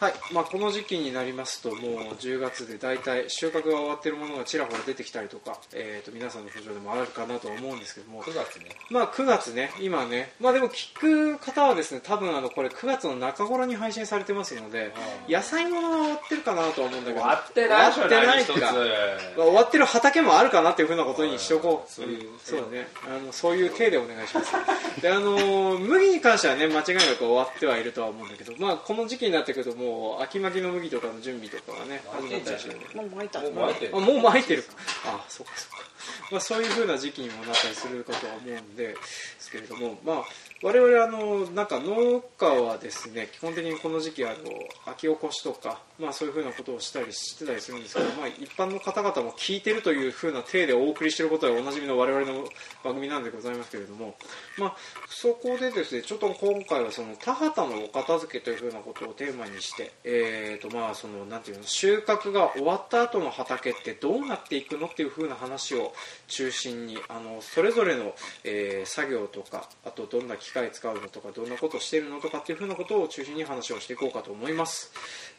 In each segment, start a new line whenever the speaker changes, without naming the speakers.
はい、まあ、この時期になりますともう10月で大体収穫が終わっているものがちらほら出てきたりとか、えー、と皆さんの表情でもあるかなとは思うんですけども
9月ね
まあ9月ね、今ね、まあでも聞く方はですね、多分あのこれ9月の中頃に配信されてますので、野菜物は終わってるかなとは思うんだけ
終
ど、
わってない
終わってない
一
か
つ
まあ終わってる畑もあるかなっていうふうなことにしとこう、
そういう
そうだねあのそういう体でお願いします であの麦に関してはね間違いなく終わってはいるとは思うんだけどまあこの時期になってくるともう秋巻きの麦とかの準備とかがね始まったりしてる
もう巻いた
もう巻いてる
あもう巻いてるかあそっかそっか、まあ、そういうふうな時期にもなったりするかとは思うんでですけれども、まあ、我々あのなんか農家はですね基本的にこの時期あの秋起こしとか、まあ、そういうふうなことをしたりしてたりするんですけど、まあ、一般の方々も聞いてるというふうな体でお送りしていることはおなじみの我々の番組なんでございますけれども、まあ、そこでですねちょっと今回はその田畑のお片付けというふうなことをテーマにして、えーとまあ、そのなんていうの収穫が終わった後の畑ってどうなっていくのっていうふうな話を中心にあのそれぞれの、えー作業とかあとどんな機械使うのとかどんなことをしているのとかっていうふうなことを中心に話をしていこうかと思います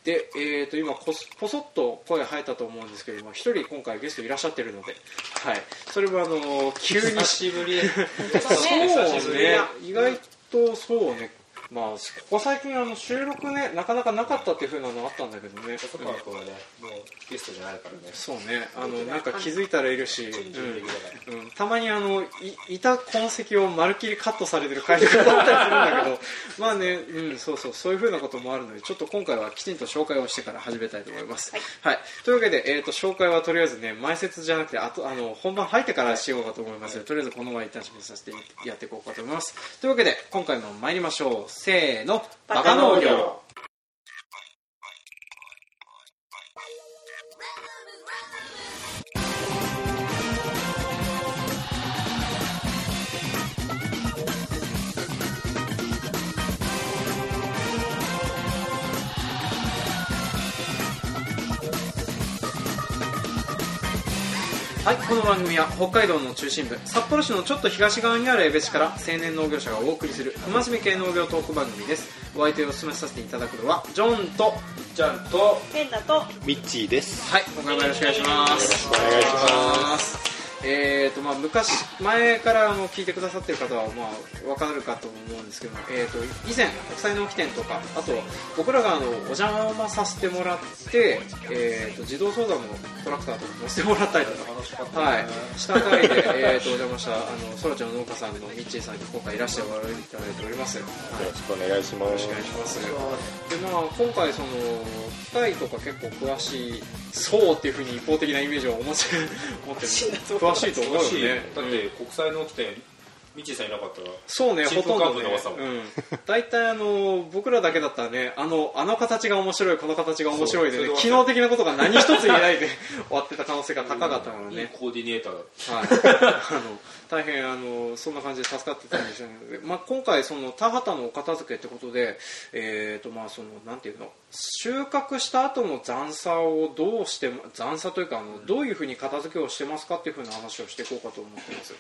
で、えー、と今こそぽそっと声が入ったと思うんですけれども一人今回ゲストいらっしゃってるので、はい、それはあの急に
久しぶり
そう
久しぶり
ね意外とそうねまあここ最近あの収録ねなかなかなかったっていう風なのあったんだけどね
細川君はねもうゲストじゃないからね
そうねあのなんか気づいたらいるし、
準レギュラーだから
うんうんたまにあのいいた痕跡をまるっきりカットされてる回とかだったりするんだけど まあね、うん、そうそうそういうふうなこともあるのでちょっと今回はきちんと紹介をしてから始めたいと思います、はいというわけで、えー、と紹介はとりあえずね前説じゃなくてあとあの本番入ってからしようかと思いますのでとりあえずこの前一旦締めさせてやっていこうかと思いますというわけで今回も参りましょうせーの
バカ農業
はい、この番組は北海道の中心部札幌市のちょっと東側にある江部市から青年農業者がお送りする不真面目系農業トーク番組ですお相手を務めさせていただくのはジョンと
ちゃんと
ペンだと
ミッチーです。
はい今回もよろしくお願いします
お願いし
ますえーとまあ、昔前からあの聞いてくださってる方はまあ分かるかと思うんですけども、えー、と以前国際農機店とかあと僕らがあのお邪魔させてもらって、えー、と自動相談のトラクターとか乗せてもらったりとか
楽しかった
は
ね
い、下回で、えー、とお邪魔したあのそらちゃんの農家さんのミッチーさんに今回いらしてもらっていただいております、はい、
よ
よ
ろしくお願いしま
ろし
す
くお。願いしますでまあ今回その機械とか結構詳しいそうっていうふうに一方的なイメージをお持ち持ってる 詳しいと思うよ
楽しいよ
ね
だって国際の起点ミッチーさんいなかったら
そうね、
チー
ほ
フ
とんど、ね
幹部の噂を
うん、大体あの僕らだけだったらねあのあの形が面白いこの形が面白いで、ね
そう、そ
機
れは
能的なことが何一つ言えないで 終わってた可能性が高かったから
いい
ね、
コーディネーターだった
はい、あの大変あのそんな感じで助かってたんでしょうけど、まあ、今回その田畑のお片付けってことで、えーとまあ、そのなんていうの収穫した後の残差をどうしても残差というかあのどういうふうに片付けをしてますかっていうふうな話をしていこうかと思ってます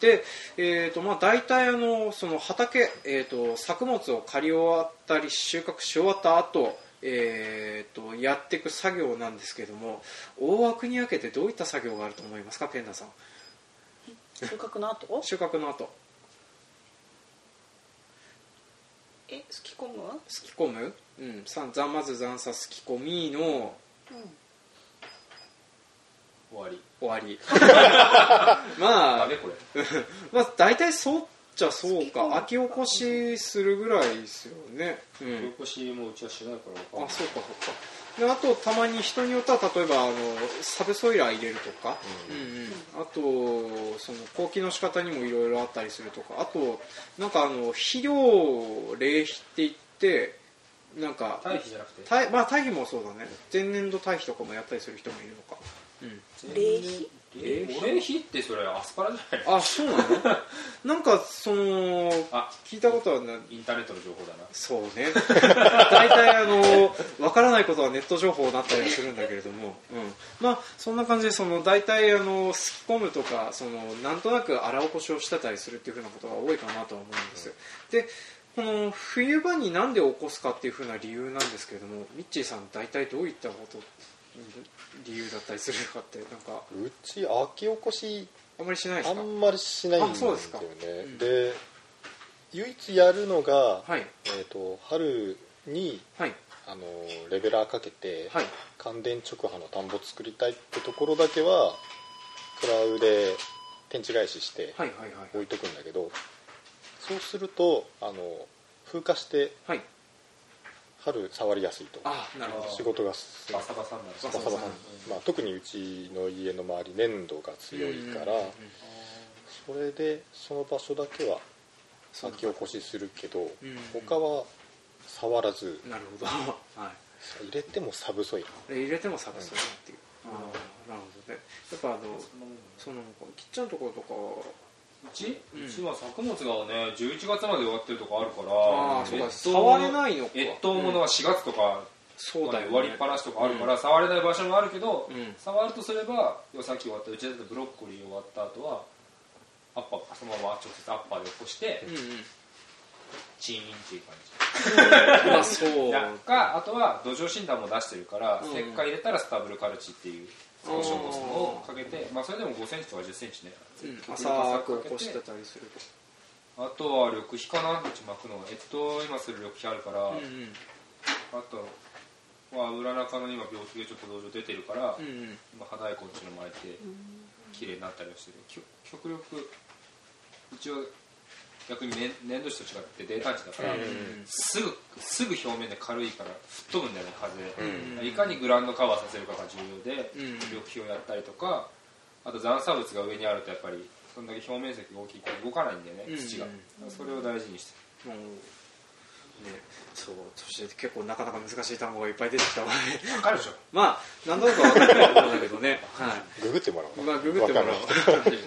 で、えーとまあ、大体あのその畑、えー、と作物を刈り終わったり収穫し終わった後えー、とやっていく作業なんですけども大枠に分けてどういった作業があると思いますかペンダさん
収穫の後
収穫の後
えすき込む
すき込むうんさざまず残差すき込みの
終わり
終わ りま
ダ
あ
メこれ
まあ大体そうっちゃそう
すき込む
か秋起こしするぐらいですよねう
引っ
ん
越しもうちはしないからわかんない
あそうかそうかであとたまに人によっては例えばあのサブソイラー入れるとか、うんうんあとその後期の仕方にもいろいろあったりするとかあとなんかあの肥料冷肥って言ってなんか
対比じゃなくて
たいまあ、堆肥もそうだね前年度堆肥とかもやったりする人もいるのか、う
冷肥
冷肥冷肥ってそれアスパラじゃない
ん、あそうなの なんかその
あ
聞いたことはない
インターネットの情報だな
そうね 大体あのわからないことはネット情報だったりするんだけれども、うん、まあそんな感じでその大体あのすき込むとかそのなんとなく荒起こしをしてたりするっていうふうなことが多いかなとは思うんですでこの冬場になんで起こすかっていうふうな理由なんですけれどもミッチーさん大体どういったこと理由だったりするかってなんか
うち秋起こし
あんまりしないで
あ
すか
んまりしないんですよ
あそう
ね
ん
で唯一やるのが、
はい
えー、と春に
はい
あのレベラーかけて、
はい
乾電直波の田んぼ作りたいってところだけはクラウで天地返しして
はいはいはい
置いとくんだけど、そうするとあの風化して
はい
春触りやすいと
あなるほど
仕事が進む
バサバサになる
バ
バ
サ
サ
バ
バ
サ
サ、
うん
まあ、特にうちの家の周り粘土が強いから、
うんうんうん
それでその場所だけは
そう
先起こしするけど、
うんうん
他は触らず
なるほどはい
入れても寒そい
で入れてもサブスクになっていう、ああなるほどねやっぱあの
そんなもんね
そのキッチンのところとかは
うち、う
うん
ちは作物がね11月まで終わってるとこあるから
ああそうか触れないのか
越冬ものは4月とか、
そうだよ、ね、
終わりっぱなしとかあるから、触れない場所もあるけど、
うん
触るとすれば要はさっき終わったうちだとブロッコリー終わった後はアッパーそのまま直接アッパーで起こして、
うんうん
チーンっていう感じ
まあ そう
いやかあとは土壌診断も出してるから、
うん
石灰入れたらスタブルカルチっていう
うん
小物をかけて、まあ、それでも5センチとか1 0ンチね、
うん、浅く起こしてたりすると
あとは緑肥かなうち巻くのはえっと今する緑肥あるから、
うん
あとは裏中の今病気がちょっと同情出てるから、
うんうんうん
今肌イコンっていうの巻いて綺麗になったりはしてるきょ極力うちは逆にね粘土質と違って泥炭地だから、
ん
すぐすぐ表面で軽いから吹っ飛ぶんだよね風、
うん
いかにグラウンドカバーさせるかが重要で、
うん
緑肥をやったりとかあと残産物が上にあるとやっぱりそんだけ表面積が大きいから動かないんだよね
うん
土が、
うん
だからそれを大事にして
もうねそうそして結構なかなか難しい単語がいっぱい出てきたわね
るわかるでしょ
まあ何だろうか分かんないと思うんだけどねはい
ググってもらおう
まあググってもらおう
わかんない
ね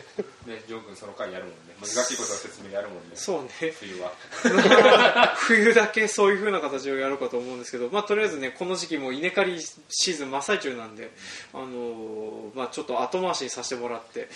ジョン君その回やるもんね難しいことは説明やるもんね
そうね
冬は
冬だけそういう風な形をやろうかと思うんですけど、まあ、とりあえずねこの時期もう稲刈りシーズン真っ最中なんで、あのーまあ、ちょっと後回しにさせてもらって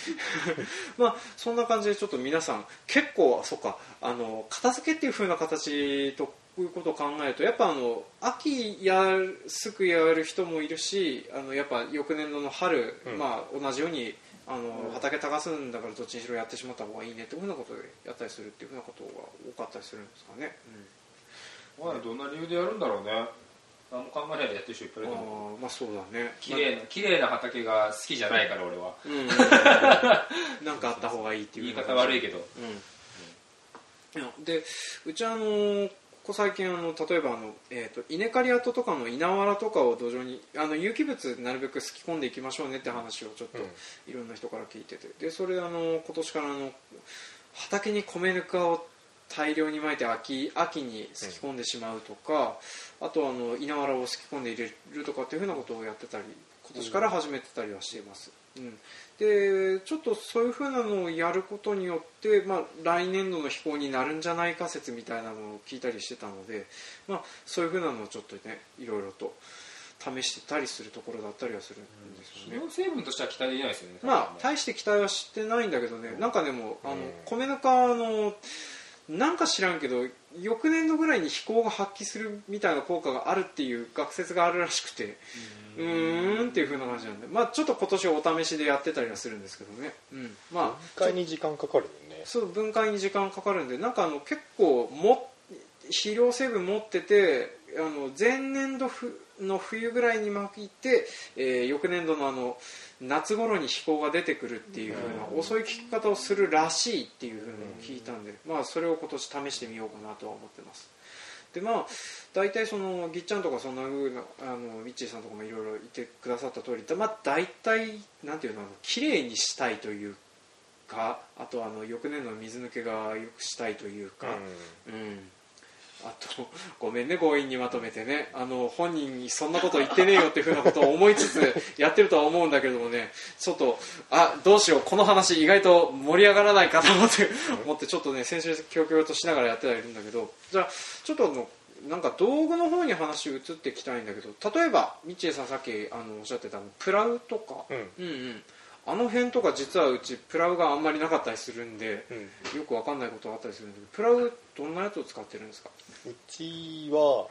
まあそんな感じでちょっと皆さん結構あそうかあの片付けっていう風な形ということを考えるとやっぱあの秋やるすぐやる人もいるしあのやっぱ翌年度の春、
うん
まあ、同じようにあの畑耕すんだからどっちにしろやってしまった方がいいねっていうふうなことをやったりするっていうふうなことが多かったりするんですかね。
まあどんな理由でやるんだろうね何も考えないでやってる人いっぱいいると思う
ああまあそうだね
綺麗な綺麗な畑が好きじゃないから俺は
うん うんうんなんかあった方がいいってい
言
う
い方悪いけ
ど、
ど
うん、いやでうちはあのここ最近あの例えばあの、えー、と稲刈り跡とかの稲わらとかを土壌にあの有機物なるべくすき込んでいきましょうねって話をちょっと
うん
いろんな人から聞いててでそれであの今年からあの畑に米ぬかを大量にまいて秋秋にすき込んでしまうとか、あとあの稲わらをすき込んで入れるとかっていうふうなことをやってたり今年から始めてたりはしています、うん、でちょっとそういうふうなのをやることによって、まあ、来年度の飛行になるんじゃないか説みたいなのを聞いたりしてたので、まあ、そういうふうなのをちょっとねいろいろと試してたりするところだったりはするんですよ
肥
ね、
料成分としては期待できないですよね
まあ
多分ね
大して期待はしてないんだけどねなんかでもあの
うん
米ぬかのなんか知らんけど翌年度ぐらいに飛行が発揮するみたいな効果があるっていう学説があるらしくてうーんっていう風な感じなんでまあちょっと今年はお試しでやってたりはするんですけどねうんまあ
一回に時間かかるよね
そう分解に時間かかるんでなんかあの結構も肥料成分持っててあの前年度ふの冬ぐらいに巻いて、えー翌年度のあの夏頃に飛行が出てくるっていう風な
うん
遅い聞き方をするらしいっていう風に聞いたんで、まあ、それを今年試してみようかなとは思ってますでまあ大体そのぎっちゃんとかそんな風なあのミッチーさんとかもいろいろ言ってくださった通りだまあ大体なんていうのあの綺麗にしたいというかあとあの翌年の水抜けがよくしたいというか、うんあとごめんね強引にまとめてねあの本人にそんなこと言ってねえよっていうふうなことを思いつつやってるとは思うんだけどもねちょっとあどうしようこの話意外と盛り上がらないかと思って思ってちょっとね先週教教としながらやってはいるんだけどじゃあちょっとあのなんか道具の方に話移ってきたいんだけど例えば道枝さんさっきあのおっしゃってたあのプラウとか、
うん
うんうん、あの辺とか実はうちプラウがあんまりなかったりするんで
うん、う
よくわかんないことがあったりするんですけどプラウどんなやつを使ってるんですか
ちは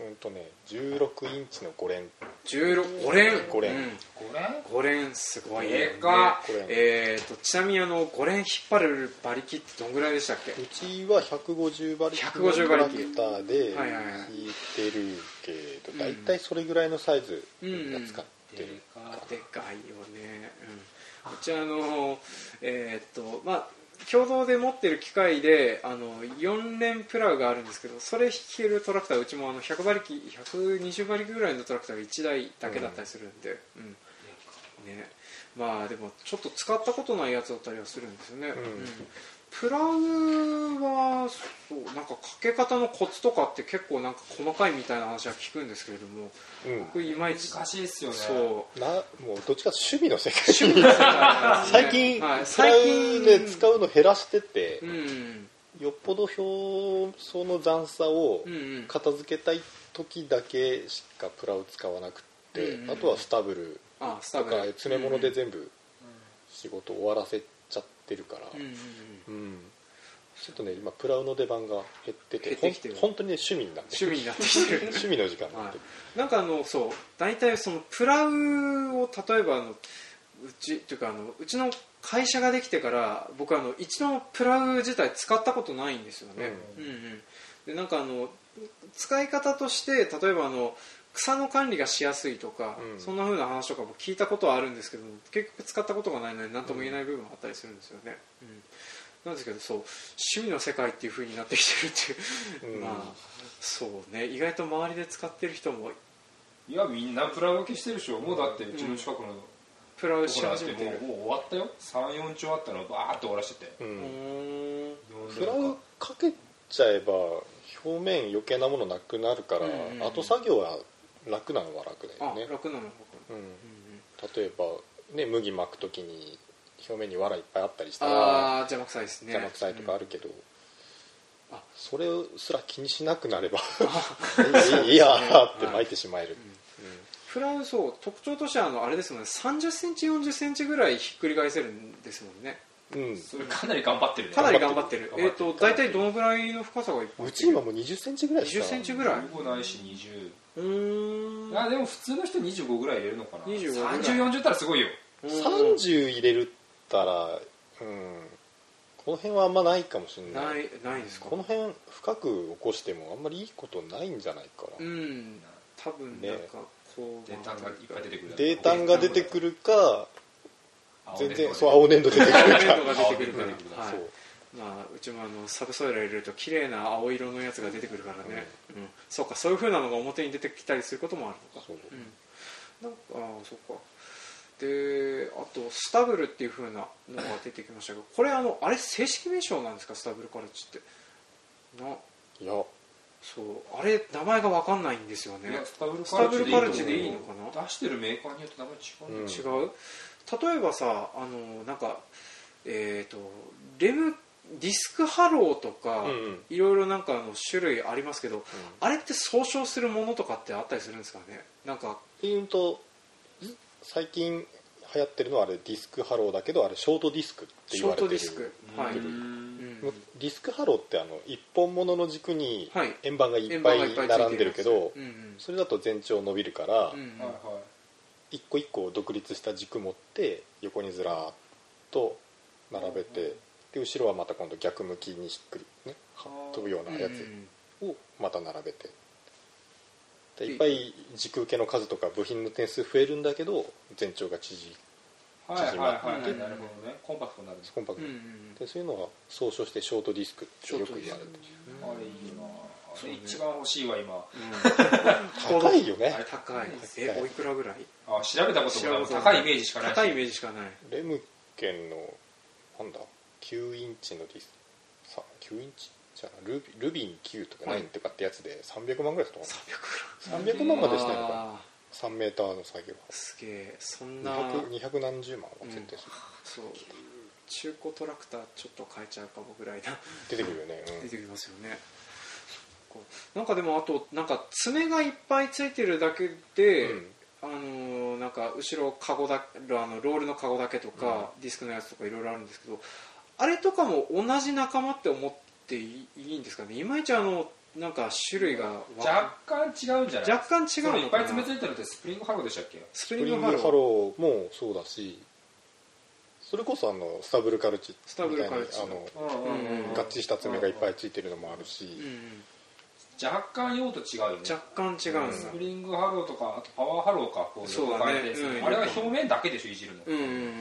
うんとね16インチの5連
16連
五連
うん
これ
五連すごいよね
でか
っ
えー、とちなみにあの5連引っ張る馬力ってどんぐらいでしたっけ
うちは150馬力の
150
ト
馬
ラ
力
クターで
はいはいはい
引いてるけど
うん
大体それぐらいのサイズが使っ
で
てる
か
でかいよね、うん、うちあのえーっとまあ共同で持ってる機械であの4連プラグがあるんですけどそれ引けるトラクターうちもあの100馬力120馬力ぐらいのトラクターが1台だけだったりするんで、うんね、まあでもちょっと使ったことないやつだったりはするんですよね、
ん
プラグはそうなんかかけ方のコツとかって結構なんか細かいみたいな話は聞くんですけれども僕いまいち
難しいっすよね
そう
うんなもうどっちかというと趣味の世界最近
はい
クラ
最近
ウで使うの減らしてて
うん
よっぽど表層の残差を
うんうん
片付けたい時だけしかプラを使わなくて
うん
あとはスタブル
あスタ
と
ブル
か詰め物で
うん
全部仕事終わらせちゃってるから
うんうんうん
うんちょっとね今プラウの出番が減ってて
減ってきてる
ほん本当にね趣味になって
趣味になってきてる
趣味の時間になってる、
なんかあのそう大体そのプラウを例えばあのうちというかあのうちの会社ができてから僕あの一度もプラウ自体使ったことないんですよね、うんうんでなんかあの使い方として例えばあの草の管理がしやすいとか、
うん
そんな風な話とかも聞いたことはあるんですけど結局使ったことがないので何とも言えない部分があったりするんですよね、うんなんですけどそう趣味の世界っていう風になってきてるっていう
うん
まあそうね意外と周りで使ってる人も
いやみんなプラ受けしてるでしょもうだってうちの近くの
プラウ
と
し
ころだっ
始
て
め
もう
てる
もう終わったよ34丁あったのをバーって終わらせてて
う
うんーん
フラウかけちゃえば表面余計なものなくなるから、
うんうんうん
後作業は楽なのは楽だ
あ
よね、
楽なのか
うん、
うん
例えば、ね、麦巻く時に表面に藁いっぱいあったりしたら
ああ邪魔くさいですね
邪魔くさいとかあるけど、
うんあ
それすら気にしなくなれば いいいいやーって巻いてしまえる、
フラウそう特徴としてはあのあれですもんね3 0センチ4 0センチぐらいひっくり返せるんですもんね
うん
それかなり頑張ってるね
かなり頑張ってる
頑張
えっ
っ
て
る
と大体どのぐらいの深さがいっぱいう
ち今もう2 0ンチぐらい
20センチぐらい
15ないし20
うーん
あでも普通の人25ぐらい入れるのかな
25ぐらい
3040ったらすごいよ
30入れるったらうんこの辺はあんまないかもしれない
ないないですか
この辺深く起こしてもあんまりいいことないんじゃないか
う
な、
ん多分なんかこう
データがいっぱい出てくる
泥炭が出てくるか
青
全
ね
然そう青粘土出てくるか、
粘土が出てくるから
青粘土
はい
そう
まあ、うちもあのサブソイル入れると綺麗な青色のやつが出てくるからね、うんそうかそういうふうなのが表に出てきたりすることもあるのか
そう
うん、なんかああそっかであとスタブルっていうふうなのが出てきましたけどこれあのあれ正式名称なんですかスタブルカレッジってない
や
そうあれ名前が分かんないんですよ
い
ね
やスタブル
スタブルカ
カ
ル
ル
チ
チ
で
で
い
い
い
い
の
の
か
か
な
な出してるメーカーによって名前違うんだ
違
よ
う例えばさあのなんかえっ、とレムディスクハローとか、
うんうん
いろいろなんかあの種類ありますけど、あれって総称するものとかってあったりするんですかねなんか
っていうと最近流行ってるのはあれディスクハローだけどあれショートディスクって
シ
言
ョー
われ
ト
て
ディ
る
スク
うん
はい、
う
うんん
むディスクハローってあの一本ものの軸に
はい
円盤がいっ
円
ぱ
盤
い
がいっぱいついて
並んでるけど
うんうん
それだと全長伸びるから
うんうん
はいは
一個一個独立した軸持って横にずらーっと並べてで後ろはまた今度逆向きにひっくりね
は
飛ぶよう
うん
なや
う
つ
ん
をまた並べてで
で
いっぱい軸受けの数とか部品の点数増えるんだけど全長が縮
いはいはいはいはい
縮まって
なるほどねコンパクトになるね
コンパク
う
ト
んう
に、
ん
でそういうのは総称してショートディスクってよく言われてる
あれいいよなあれ一番欲しいわ今
ト
高いよね
あれ
高い
高
え
い
おいくらぐらい
あ調べたこともない
調べたことない
高いイメージしかない
高いイメージしかない
レムケンのなんだ9インチのディスさ9インチじゃあルビルビン9とか
はい
9とかってやつで300万ぐらいだったかな
300
300万までしないのか
あー
3メーターの作業
すげえそんな
200 200何十万は設定する、
そう中古トラクターちょっと変えちゃうかもぐらいな
出てくるよね、
出てきますよねそっかなんかでもあとなんか爪がいっぱいついてるだけで、
うん
あのーなんか後ろカゴだあのロールのカゴだけとか、ディスクのやつとかいろいろあるんですけどあれとかも同じ仲間って思っていいんですかねいまいちあのなんか種類がわ
若干違うんじゃない
若干違う
それい
の
っ
か
ぱい
な
詰めついてるってスプリングハローでしたっけ
スプ
プ
リ
リン
ン
グ
グ
ハ
ハ
ロ
ロー
ーもそうだしそれこそあのスタブルカルチ
スタブ
み
ル
たい
カ
に
ルチ
あの
うんうんうん
うん
合致した爪がいっぱいついてるのもある
うんう
し、
ん
若干用途違うよね
若干違うん
ス
だ
プリングハローとかあとパワーハローかこう
そうだね
横回転する
うん
あれは表面だけでしょいじるの、
うんうん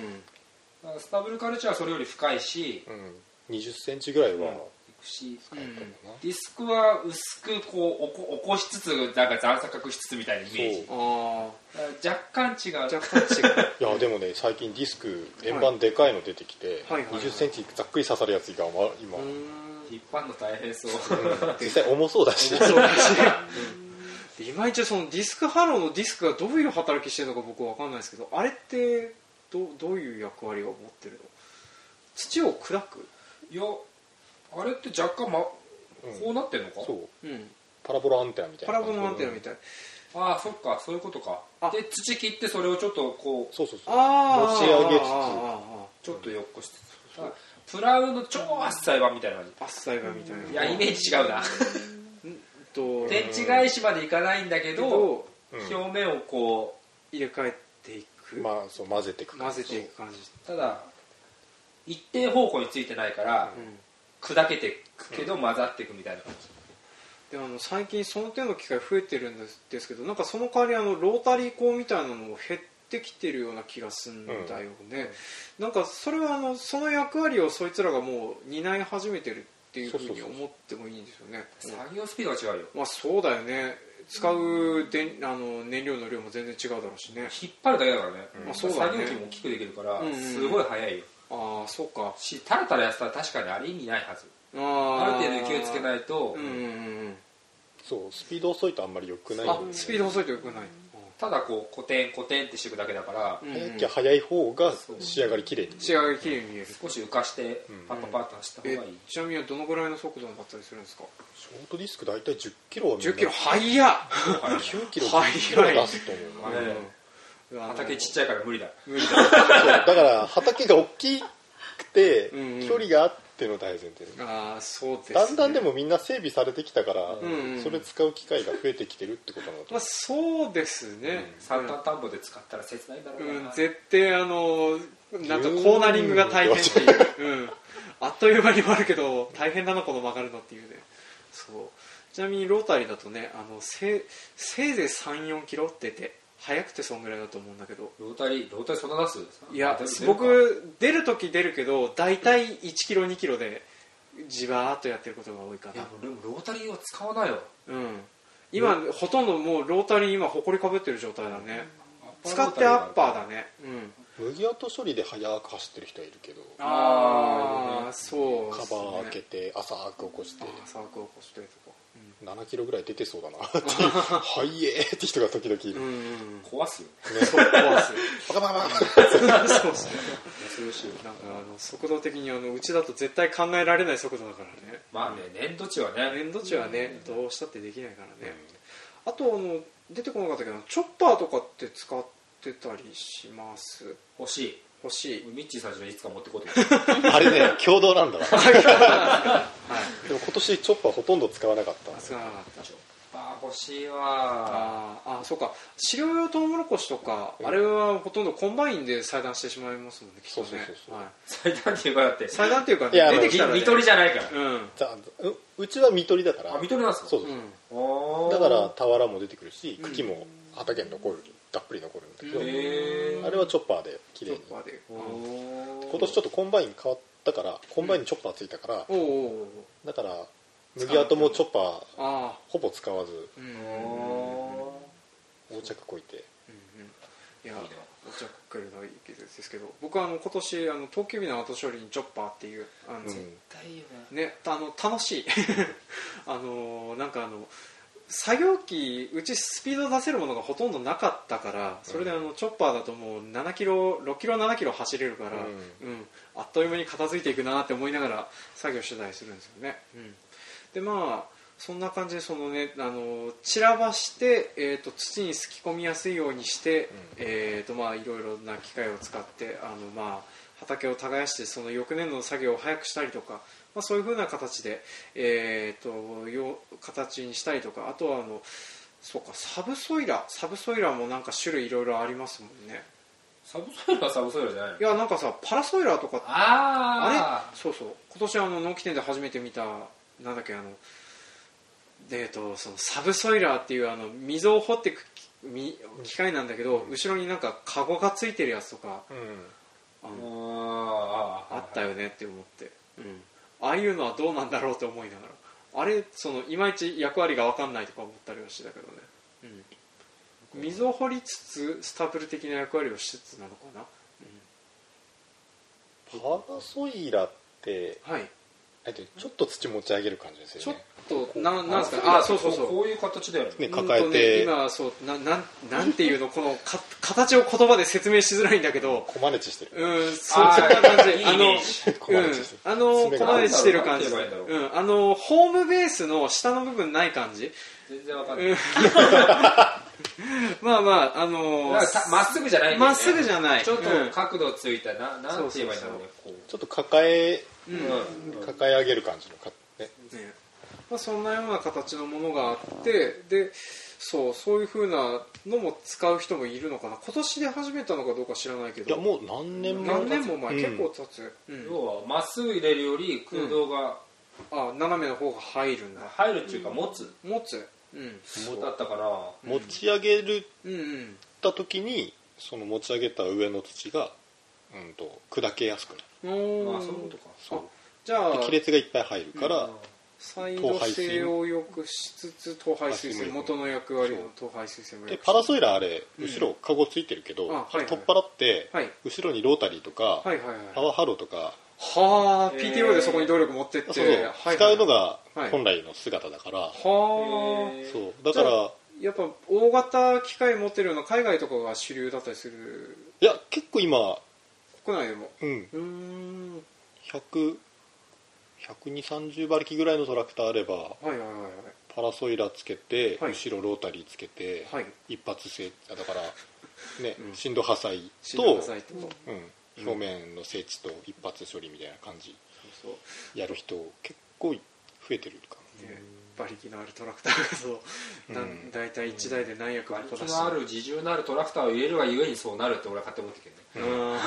だからスタブルカルチャーはそれより深いし
うん、2 0ンチぐらいは
いくし
うんうん
かな、
ディスクは薄くこう起こ起こしつつなんか残作隠しつつみたいなイメージ
あ
だから若干違う
あ若干違 う
いやでもね最近ディスク円盤でかいの出てきて、
はいはいはい
2 0ンチざっくり刺さるやつがま今、
うーん
引っ張るの大変そう
実際重そうだ
そ
し
うだしでいまいちそのディスクハローのディスクがどういう働きしてるのか僕わかんないですけどあれってどどういう役割を持ってるの土を砕く、
いやあれって若干、ま、こうなってんのか、
そ
う
う
ん、
パラボラアンテナみたい
パ
な
ラ
感じ
ボのアンテナみたい、
ああそっかそういうことか
あ
で土切ってそれをちょっとこう
そうそうそう
ああ
持ち上げつつ
つ
ちょっとよっこしつつあプラウの超あっさい版みたいな感
つあっさりがみたいな
じいやイメージ違うな
と
電池返しまでいかないんだけど
と
うん
表面をこ
入れ替えていく、
まあ、そう混ぜていく
混ぜていく感じ
うただ一定方向についてないから
うん
砕けてくけど混ざってくみたいな感じ
であの最近その手の機械増えてるんですですけどなんかその代わりあのロータリー鋼みたいなのも減ってきてるような気がするんだよね、なんかそれはあのその役割をそいつらがもう担い始めてるっていうふう
そう
に
そうそう
思ってもいいんですよねうん
作業スピードが違うよ
まあそうだよね使う電あの燃料の量も全然違うだろうしね
引っ張るだけだからね,、
うんまあ
そうだね
作業機も大きくできるから
うんうん
すごい速いよ
ああそうか
しタラタラやってたら確かにあれ意味ないはず
あ
ある
ー
程度勢いつけないと、
うんうんうん
そうスピード遅いとあんまり良く
う
ない
んあスピード遅いとよくない、
ただこうコテンコテンってしていくだけだから、
うん
早きゃ早い方が仕上がり綺麗に
仕上がり綺麗に見える
少し浮かして
うん
パッパッパッと走った方
え
がいい、
ちなみにどのぐらいの速度だったりするんですか
ショートディスク大体1 0キロはみんな
10キロ速っ
はい
9キロ
速い
10キロは出すと思うな、
あれ畑ちっちゃいから無理だ
無理だ
そうだから畑が大きくて
うんうん
距離があっての大前提で
ああそうです、ね、
だんだんでもみんな整備されてきたから、
んうん
それ使う機会が増えてきてるってことなんだと
まあ
思
そうですね、
三段田んぼで使ったら切ないだろう
うん、
な、
絶対あのなんかコーナリングが大変っていう、うん、あっという間に終わるけど大変だなこの曲がるのっていうねそうちなみにロータリーだとねあのせせいぜい34キロってて速くてそんぐらいだと思うんだけど
ロータリーロータリーそんな出す
いや
出る出る
僕出る時出るけど大体1キロ2キロでじわーっとやってることが多いか
かいや
な
でもロータリーは使わないよ
うん今、ほとんどもうロータリー今ほこりかぶってる状態だね、使ってアッパーだねうん
う麦跡処理で速く走ってる人はいるけど
ああそう
カバー開けて浅く起こして
あーサークル起こしてとか
7キロぐらい出てそう だなって「はいえ」って人が時々いる、
うん、うんうん、
壊すよ
そう壊す
バカバカバカ
そうそう
恐ろしいよ
なんかあの速度的にあのうちだと絶対考えられない速度だからね
まあね粘土地はね
粘土地はねどうしたってできないからね、あとあの出てこなかったけどチョッパーとかって使ってたりします
欲しい
欲しい
ミッチーさんちのいつか持ってこうと
あれね共同なんだわでも今年チョッパーほとんど使わなかった
あ使わなかった
ああ欲しいわ
あーあそうか飼料用トウモロコシとか、
うん
あれはほとんどコンバインで裁断してしまいますもんねきっとね
そうそうそうそう
はい、
最短っていうかだって
裁断っていうか、
いやあ
出
の
てきたら、ね、
見取りじゃないから
うん
ざううちは見取りだから
あ見取りなんですか
そう
う
そうん
う
だから俵も出てくるし茎も畑に残るたっぷり残るんだけど、
へえ
あれはチョッパーで
チ
綺
ョ
麗に
ッパーでうん
今
今年ちょっとコンバイン変わったからコンバインにチョッパーついたから、
おうおうおう
だから麦跡もチョッパー
ああ
ほぼ使わず
うんうん
横着こいて
うんいやお茶かけるのはいいですけど僕はあの今年あの東急日の後処理にチョッパーっていうあの、
うん
大よね
ね、あの楽しい あのなんかあの作業機うちスピード出せるものがほとんどなかったからそれであのチョッパーだともう7キロ6キロ7キロ走れるから、
う
うんあっという間に片付いていくなって思いながら作業してたりするんですよね、うん、でまあそんな感じでそのねあの散らばして、えー、と土にすき込みやすいようにして、えーとまあ、いろいろな機械を使ってあの、まあ、畑を耕してその翌年度の作業を早くしたりとか、まあ、そういうふうな形で、えー、とよ形にしたりとかあとはあのそうかサブソイラサブソイラもなんか種類いろいろありますもんね
サブソイルはサブソイルじゃないの
いやなんかさパラソイラとかってあ
あ
れそうそう今年あの農機店で初めて見たなんだっけあのでえっとそのサブソイラーっていうあの溝を掘っていくきみ機械なんだけど、後ろになんかカゴがついてるやつとか
うん
あ
あれ
の
あ
あったよねって思って、うん、ああいうのはどうなんだろうって思いながらあれそのいまいち役割が分かんないとか思ったりはしてたけどね、うん、溝を掘りつつスタブル的な役割をしつつなのかな、
パラソイラって
うん、はい
えっとちょっと土持ち上げる感じです
ちょ
よ
っ
ね
とななんですかね
あ
あそうそうそう
こういう形だよね
ね抱え
う
て
んとね、今そうななんなんていうのこのか形を言葉で説明しづらいんだけど
コマネチしてる
うんそんな感じ
いいイ
あ
メ
の
ージ
コ
う
マ
ん
ネチしてる、
あの
爪
こ
が
までしてる感じ、
なんて言えばいいんだ
うん、あのホームベースの下の部分ない感じ、
全然わかんな
う
い
ん、まあまああの
なんかたまっすぐじゃないんだよね
まっすぐじゃない
ちょっと
うん
角度ついたななんて言えばいいんだろうねこ
ちょっと抱え
うん
う
ね
うん
抱え上げる感じのか、ね、
まあ、そんなような形のものがあってでそうそういうふうなのも使う人もいるのかな今年で始めたのかどうか知らないけ
いや
ど
もう何年も
何年も前、
う
結
ん
構経つ、うん
要はまっすぐ入れるより空洞が
あ斜めの方が入るんだ
入るっていうか持つ
持つうん
だったから
持ち上げる
うんうん
った時にその持ち上げた上の土が、うん、と砕けやすくなる
おー
まあそういうことか
そう
じゃあ
で亀裂がいっぱい入るから、
サイド性を良くしつつ等排水
排水
性
も良く
元の役割の等排水性も良
で
くし
パラソイラーあれ
うん
後ろカゴついてるけど、
あはいはい
取っ払って、
はい
後ろにロータリーとか、
はいはい
パ
はい
ワーハローとか、
はあ
えー
PTO でそこに動力持ってって
そうそう
はい
使
は
う
い
のが
はい
本来の姿だから、
はあ
へー
そうだから
じやっぱ大型機械持ってるような海外とかが主流だったりする
いや結構今、
国内でも
うん、
うーん
1001230馬力ぐらいのトラクターあれば
はいはいはいはい
パラソイラーつけて、
はい
後ろロータリーつけて、
はい
一発性だから、ね
うん
振動破砕と
シンガーサイトと
うん、表面の整地と一発処理みたいな感じ
そう
やる人結構増えてるか
で馬力のあるトラクターがそう、な、
うんん
大体1台で何役も
馬
こ
力
な
のある自重のあるトラクターを入れるがゆえにそうなるって俺は勝手に思ってる
うん
な、うん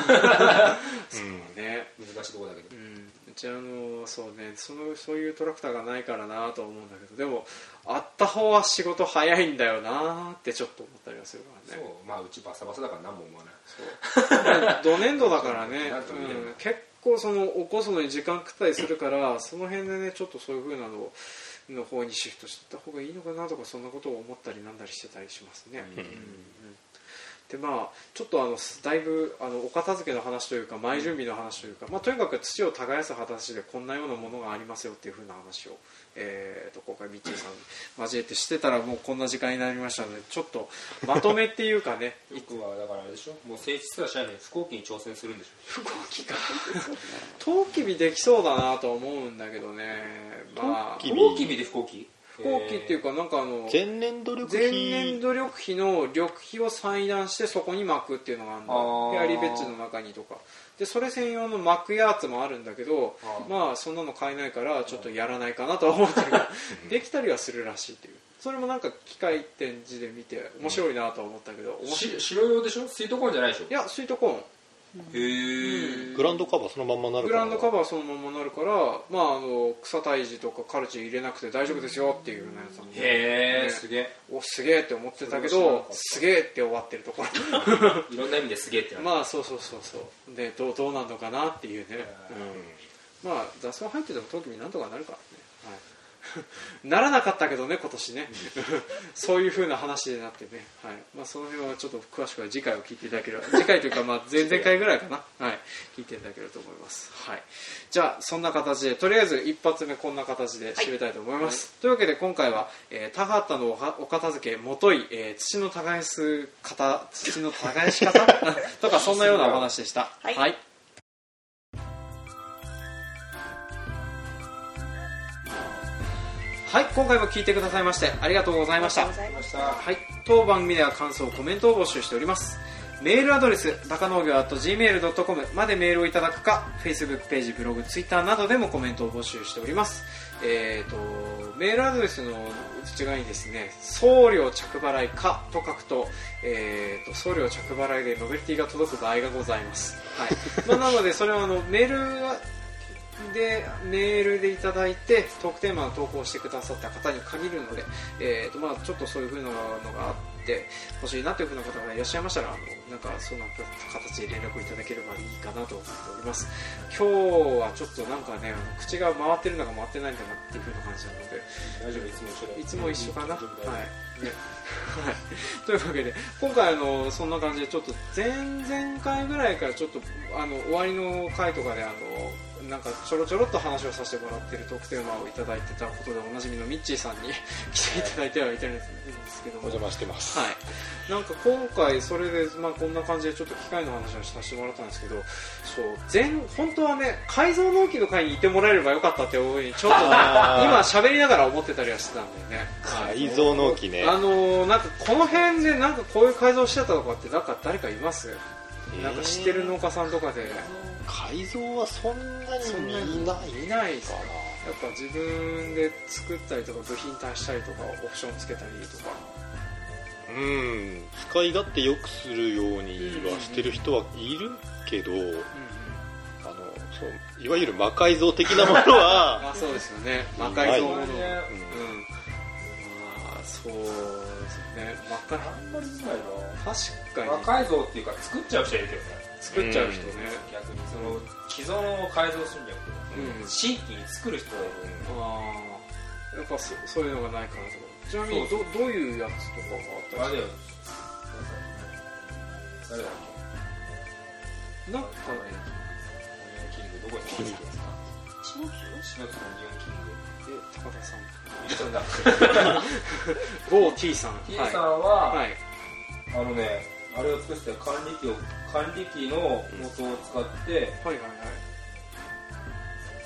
そうね
けどね難しいとこだけど
うんうちあのそうねそのそういうトラクターがないからなとは思うんだけどでもあった方は仕事早いんだよなってちょっと思ったりはするから
そう
ね
まあうちバサバサだから何も思わない
ド年度だからね、
なんとも言えない
うん結構その起こすのに時間食ったりするからその辺でねちょっとそういう風なのをの方にシフトしていった方がいいのかなとかそんなことを思ったりなんだりしてたりしますね、
うん
でまあちょっとあのすだいぶあのお片付けの話というか前準備の話というか、まあ、とにかく土を耕す話でこんなようなものがありますよっていう風な話を、えー、と今回みっちーさん交えてしてたらもうこんな時間になりましたのでちょっとまとめっていうかね
よくはだからあれでしょもう成立すらしないのに飛行機に挑戦するんでしょ
飛行機か陶器火できそうだなとは思うんだけどねまあ
飛
陶機火
行機日で飛行機
飛行機っていうかなんかあの
前年努力
前
費
年度力費の力費を算段してそこに巻くっていうのがあるんだ
あー
フェアリーベッジの中にとかでそれ専用の巻くやつもあるんだけど
あー
まあそんなの買えないからちょっとやらないかなとは思ってるけどできたりはするらしいっていうそれもなんか機械展示で見て面白いなとは思ったけど面白い
し白用でしょスイートコーンじゃないでしょ
いやスイートコーン
へえ
グランドカバーそのまんまなる
グラウンドカバーそのままなるから、まあ、あの草退治とかカルチ入れなくて大丈夫ですよっていうようなやつなので
へ
ね
えすげえ
おすげえって思ってたけ
それは知らな
ど
かった
すげえって終わってるとこ
いろんな意味ですげえってな
ろ
る
まあそうそうそうそうでどうどうなのかなっていうね、うん、まあ雑草入ってても陶器になんとかなるからね、はいならなかったけどね今年ね そういう風な話になってね、はいまあ、その辺はちょっと詳しくは次回を聞いていただ ければ次回というかまあ前々回ぐらいかな、はい、聞いていただけると思います、はい、じゃあそんな形でとりあえず一発目こんな形で締めたいと思います、というわけで今回は、えー田畑のおはお片付けもとい、えー土の耕す方土の耕し 方とかそんなようなお話でした
はい
はいはい今回も聞いてくださいましてありがとうございました
ありがとうございました
はい、当番組では感想コメントを募集しておりますメールアドレス高農業 .gmail.com までメールをいただくか Facebook ページブログ Twitter などでもコメントを募集しておりますえー、とメールアドレスの内側にですね送料着払いかと書くと,、えー、と送料着払いでノベルティが届く場合がございます、はいまあ、なのでそれはあのメールがでメールでいただいてトークテーマの投稿をしてくださった方に限るので、えーとまあ、ちょっとそういうふうなのがあって欲しいなというふうな方がいらっしゃいましたらあのなんかそんな形で連絡をいただければいいかなと思っております今日はちょっとなんかねあの口が回ってるのか回ってないのかなっていうふうな感じなので
大丈夫いつも一緒だよ
いつも一緒かな、
う
は
ん
いねはい、というわけで今回あのそんな感じでちょっと前々回ぐらいからちょっとあの終わりの回とかであのなんかちょろちょろっと話をさせてもらってる特典話をいただいてたことでおなじみのミッチーさんに来ていただいてはいたんですけど
お
も、はい
邪魔してます、、
なんか今回それで、まあ、こんな感じでちょっと機械の話をさせてもらったんですけどそう前本当はね改造納期の会にいてもらえればよかったって思いちょっとね今
あ
喋りながら思ってたりはしてたんだよね、
ー
はい
改造納期ね
あのーなんかこの辺でなんかこういう改造してたとかってなんか誰かいます、なんか知ってる農家さんとかでやっ
改造はそんなにいない
いないです
か
かぱ自分で作ったりとか部品足したりとかオプションつけたりとか
なうん使い勝手良くするようにはしてる人はいるけど、
うん
あのそういわゆる魔改造的なものは、
あそうですよね
うん
魔改造ものう
うんん
まあそうですよね魔改
あんまり見ない
確かに
な魔改造っていうか作っちゃう人いるけどね
作っちゃう人ね
逆にその既存を改造するんじゃなく
うん
て新規に作る人がいる
ああやっぱそそういうのがないからとかちなみにどどういうやつとかがあっ
あ
たり
れだよ誰だ
す
っ
るなんか
けオニオンキングどこにいるんですか
下津
4月のオニ
え高田さんゴ
オンキングいつもだ
ー T さん
T さんは、
はい、はい、
あのねあれを作ってた管理機を管理機の元を使って、
はいはい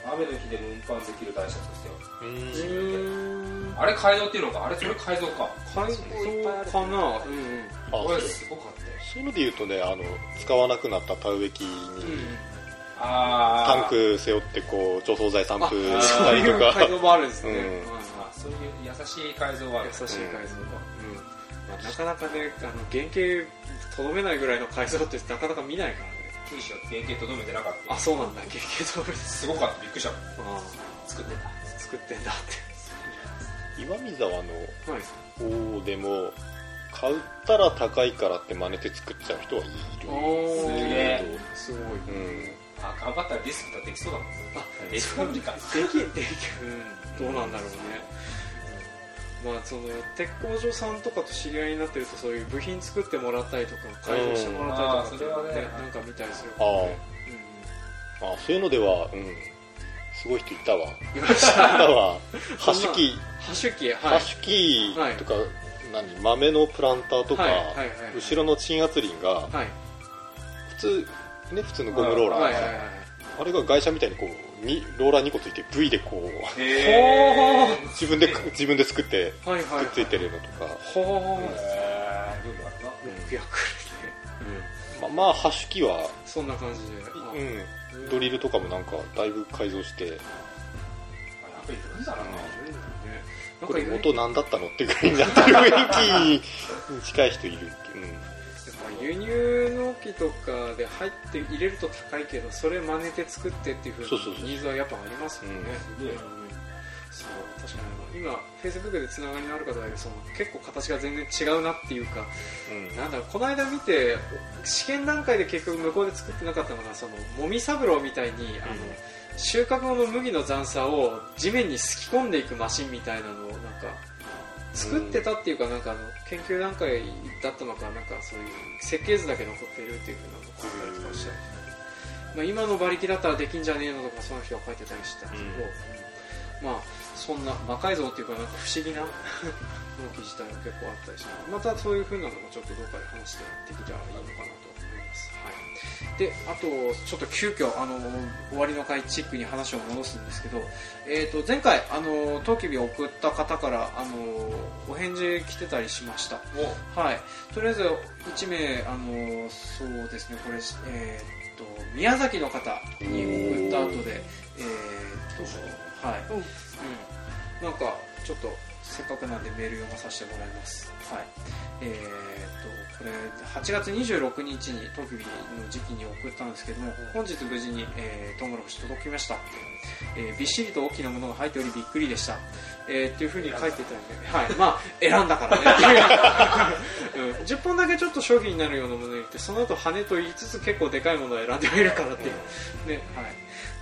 雨の日でも運搬できる台車としては
う
う
ん
ーん
あれ改造っていうのかあれそれ改造か
改造かなうんうん
あ
こ
そう
れすごかったよ
そういうので言うとねあの使わなくなった田植え機に
あ
タンク背負ってこう除草剤散布
あ
し
そ
た
う
り
い
と
う
か
改造もあるんですね、
うん
はい
あそういう優しい改造はある
優しい改造が、うんまあ、なかなかねあの原型とどめないぐらいの改造ってなかなか見ないからね
T シャツ原型とどめてなかった
あそうなんだ原型とどめです
すごかったびっくりした
あ
作ってた
あ作ってんだっ
岩見沢の
てはい
方でも買ったら高いからって真似て作っちゃう人はいる
お
ー
すごい、
けどうん
あ頑張ったらディスクができそうだもん
あ
ディスク無理か
できできうんどうなんだろうね、まあその鉄工所さんとかと知り合いになってるとそういう部品作ってもらったりとか改造してもらったりとか
うんあー
っ
そ
て
れ
ね
はね
なんか見たりする
あ
から
ー
ね
あそういうのではうんすごい人いたわ
うんいまし
いた
た
わハシキ
ハッシュ機は
ハ
い
シキとか何豆のプランターとか
はいはいはいはい
後ろの鎮圧輪が
はい
普通ね普通のゴムローラ
はいはい
ー
はい
あれが外車みたいにこうにローラー2個ついて V でこう
へー
自分で自分で作って
はいはいは
く
い
っついてるのとか、
ほ
へえルールあるな
うよくやくれて
まあまあハシキは、
そんな感じであ
うん、ドリルとかもなんかだいぶ改造して
あやっぱりいるんだな
うんねなん
こ
か
れ
意外と
元何だったのってぐらいになってる雰囲気に近い人いるっていう、
やっぱ輸入農機とかで入って入れると高いけどそれ真似て作ってっていうふ
そうそう
う
そう
にニーズはやっぱありますもんね
うん
うんそう確かにあの今フェイスブックでつながりのある方がいるその結構形が全然違うなっていうか
うんうん
なんだろうこの間見て試験段階で結局向こうで作ってなかったのがそのもみ三郎みたいにあの、
うん
収穫後の麦の残差を地面にすき込んでいくマシンみたいなのをなんか作ってたっていうかなんかあの研究段階だったのかなんかそういう設計図だけ残ってるっていうふうなのを考えてました、まあ、今の馬力だったらできんじゃねえのとかその人が書いてたりしたんですけど、まあそんな魔改造っていうかなんか不思議な 納期自体が結構あったりしてまたそういうふうなのもちょっとどっかで話してできたらいいのかなと思います、であとちょっと急遽あの終わりの会チックに話を戻すんですけど、えー、と前回あのトウキビを送った方からあのお返事来てたりしましたはいとりあえず1名あのそうですねこれえー、と宮崎の方に送った後でえー、とはい
うん
うん、なんかちょっとせっかくなんでメール読まさせてもらいますはいえー、っとこれ8月26日にトキビの時期に送ったんですけども本日無事に、えー、トウモロコシ届きました、えーびっしりと大きなものが入っておりびっくりでした、えー、っていうふうに書いてたんで、はい、まあ選んだから ねっていう、うん、10本だけちょっと商品になるようなものにってその後羽と言いつつ結構でかいものを選んではいるからっていうねはい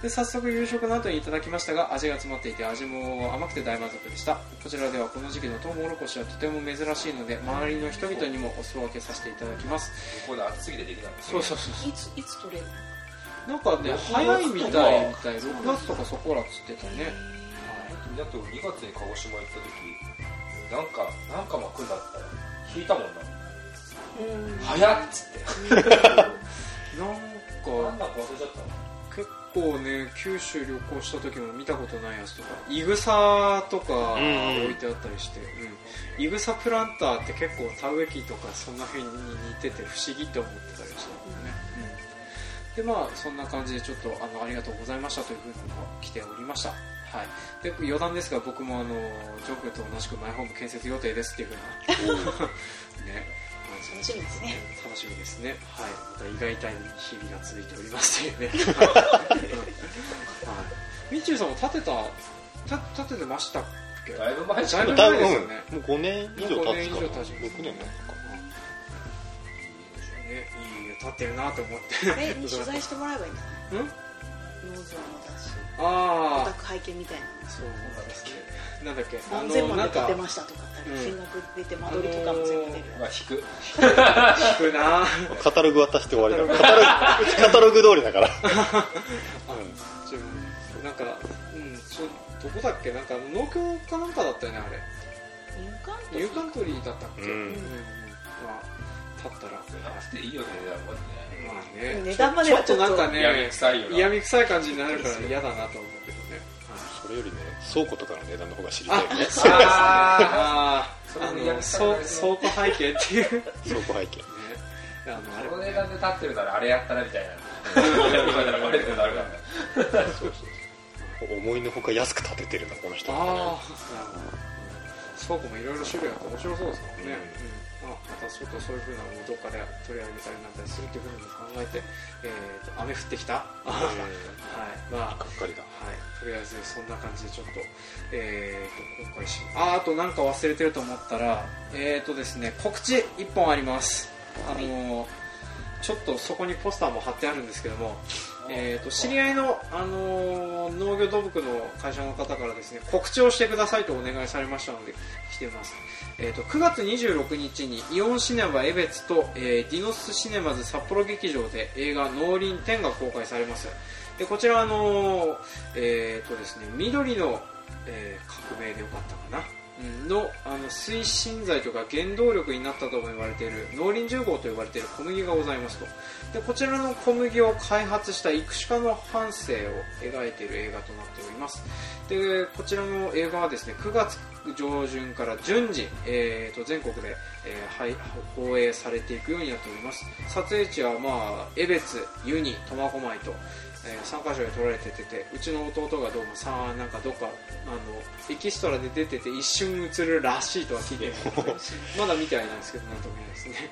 で早速夕食の後にいただきましたが味が詰まっていて味も甘くて大満足でしたこちらではこの時期のトウモロコシはとても珍しいので周りの人々にもお裾分けさせていただきます
ここで暑すぎてできない
そうそうそう
いついつ取れる
な
の
んかね早いみたいみたい6月とかそこらっつってたね
だと2月に鹿児島行った時なんかなんか巻くんだったら引いたもんな
うん
早っつって
なんか
なんだか忘れちゃったの
結構ね九州旅行した時も見たことないやつとかいぐさとか
うんうん
置いてあったりしてうんいぐさプランターって結構田植え機とかそんな風に似てて不思議って思ってたりしたもんね、うんでまあそんな感じでちょっとあのありがとうございましたというふうにも来ておりましたはい、で余談ですが僕もあのジョークと同じくマイホーム建設予定ですっていうふう なね
楽しみです ね
楽しみですね、はい、また意外たい日々が続いておりますというね、はい、みちゅうさんも立てたた立ててましたっけ
だいぶ前じ
だ
ゃ
い
ん
ぶ
だ
前
い
で
ぶ
す
う
よ
ん
ね、
もう5年以上経つか
もう五年以上
な
経ちます
6年だったか
ねいい家建ってるなと思って
え取材してもらえばいいんじゃない
ん
農場の雑誌お
あ
宅拝見みたいな
あそうなんですねなんだっけあ
何千
のな
万
ん
で買
か
ってましたとかあったり
うん
金額出て間取りとかも全部出る
まあ引く
聞くなあ
なカタログ渡して終わりだカタログうちカタログ通りだから
ちょなんかうんちょどこだっけなんか農協かなんかだったよねあれ
入管と
ニューカントリーだったっけ、
うん
まあ立ったら
なくていいよねだもんね
まあね
値段までは
ちょっとなんか
闇
ね
臭いよな
嫌味臭い感じになるから嫌だなと思うけどね
それよりね倉庫とかの値段の方が知りた
あ
いよね
あ
それ
あ
も
の
嫌味臭い
そう
よね
倉庫背景っていうね
倉庫背景
あのあれも
この
ね
値段で立ってるならあれやったらみたい な今ならバレてるなるから
思いのほか安く建ててるなこの人
ああ
み
なるほど倉庫
たいな
もいろいろ種類あって面白そうですもんね、うんまあ、またちょっとそういうふうなのをどっかで取り上げたりなんたりするっていうふうにも考えて、えーと雨降ってきた、はい
うん
まあ
がっかりだ
はい、とりあえずそんな感じでちょっと,、えー、と今回しあーあとなんか忘れてると思ったらえっ、ー、とですね告知1本ありますあのーちょっとそこにポスターも貼ってあるんですけども、えー、と知り合いの、あのー農業土木の会社の方からですね告知をしてくださいとお願いされましたので来てます、えー、と9月26日にイオンシネマ江別と、えーディノスシネマズ札幌劇場で映画「農林天」が公開されますでこちらはあのーえー、とですね緑の、えー革命でよかったかなうんのあの推進剤とか原動力になったとも言われている農林重工と呼ばれている小麦がございますとでこちらの小麦を開発した育種家の半生を描いている映画となっておりますでこちらの映画はですね9月上旬から順次、えーと全国で、えーはい放映されていくようになっております撮影地は、まあ、江別湯に苫小牧と、え3カ所で撮られててうちの弟がどうもさなんかどっかあのエキストラで出てて一瞬映るらしいとは聞いてるんですけどまだ見てはいないんですけどなんとも言えないですね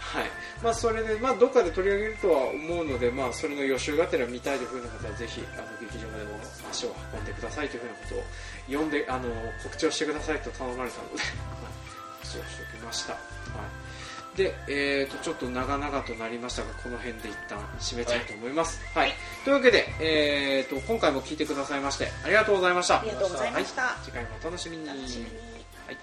はいまあ、それで、まあ、どっかで取り上げるとは思うので、まあ、それの予習がてら見たいというふうな方はぜひあの劇場までも足を運んでくださいというふうなことを読んであの告知をしてくださいと頼まれたので はい告知をしておきました、はい、で、えー、とちょっと長々となりましたがこの辺で一旦締めたいと思います、はいというわけで、えー、と今回も聞いてくださいましてありがとうございました
ありがとうございました
はい次回もお楽しみに
楽しみに
はい